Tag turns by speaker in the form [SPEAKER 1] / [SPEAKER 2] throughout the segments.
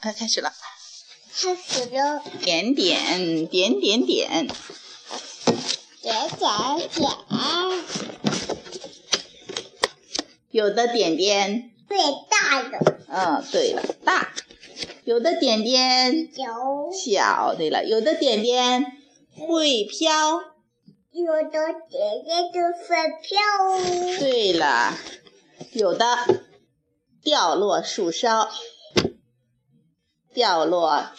[SPEAKER 1] 哎，开始了，
[SPEAKER 2] 开始喽，
[SPEAKER 1] 点点点点点，
[SPEAKER 2] 点点点，
[SPEAKER 1] 有的点点，
[SPEAKER 2] 最大的
[SPEAKER 1] 嗯，对了，大，有的点点
[SPEAKER 2] 有
[SPEAKER 1] 小，对了，有的点点会飘，
[SPEAKER 2] 有的点点就是飘，
[SPEAKER 1] 对了，有的掉落树梢，掉落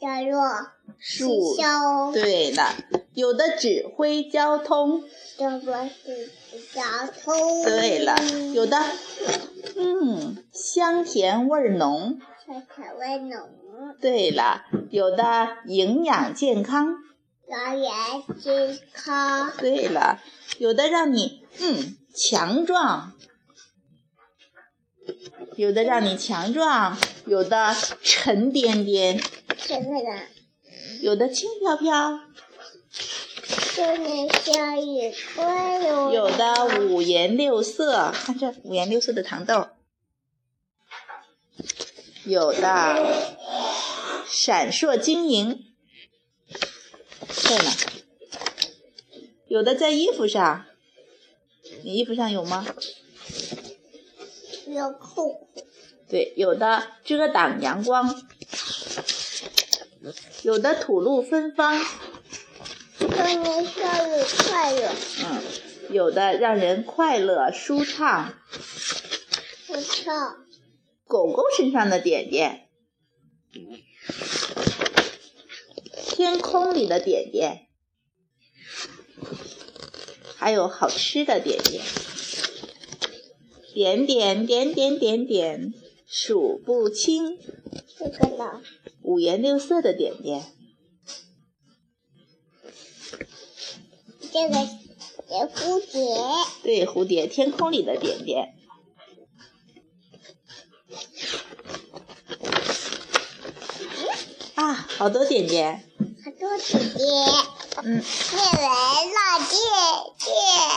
[SPEAKER 2] 掉落
[SPEAKER 1] 树，
[SPEAKER 2] 消，
[SPEAKER 1] 对了，有的指挥交通，
[SPEAKER 2] 掉落是小偷，
[SPEAKER 1] 对了，有的，嗯，香甜味儿浓。
[SPEAKER 2] 小小味浓，
[SPEAKER 1] 对了，有的营养健康。
[SPEAKER 2] 老眼健康，
[SPEAKER 1] 对了，有的让你嗯强壮，有的让你强壮，有的沉甸甸，
[SPEAKER 2] 这个呢，
[SPEAKER 1] 有的轻飘飘，
[SPEAKER 2] 就能像一个有
[SPEAKER 1] 有的五颜六色。看这五颜六色的糖豆，有的闪烁晶莹，在哪？有的在衣服上，你衣服上有吗？
[SPEAKER 2] 有扣
[SPEAKER 1] 对，有的遮挡阳光，有的吐露芬芳，
[SPEAKER 2] 就能像一块有
[SPEAKER 1] 嗯，有的让人快乐舒畅。
[SPEAKER 2] 不跳。
[SPEAKER 1] 狗狗身上的点点，天空里的点点，还有好吃的点点，点点点点点点，数不清，
[SPEAKER 2] 这个呢？
[SPEAKER 1] 五颜六色的点点。
[SPEAKER 2] 这个也蝴蝶，
[SPEAKER 1] 对，蝴蝶，天空里的点点。啊，好多点点。
[SPEAKER 2] 好多蝴蝶，
[SPEAKER 1] 嗯。
[SPEAKER 2] 夜来了，夜夜。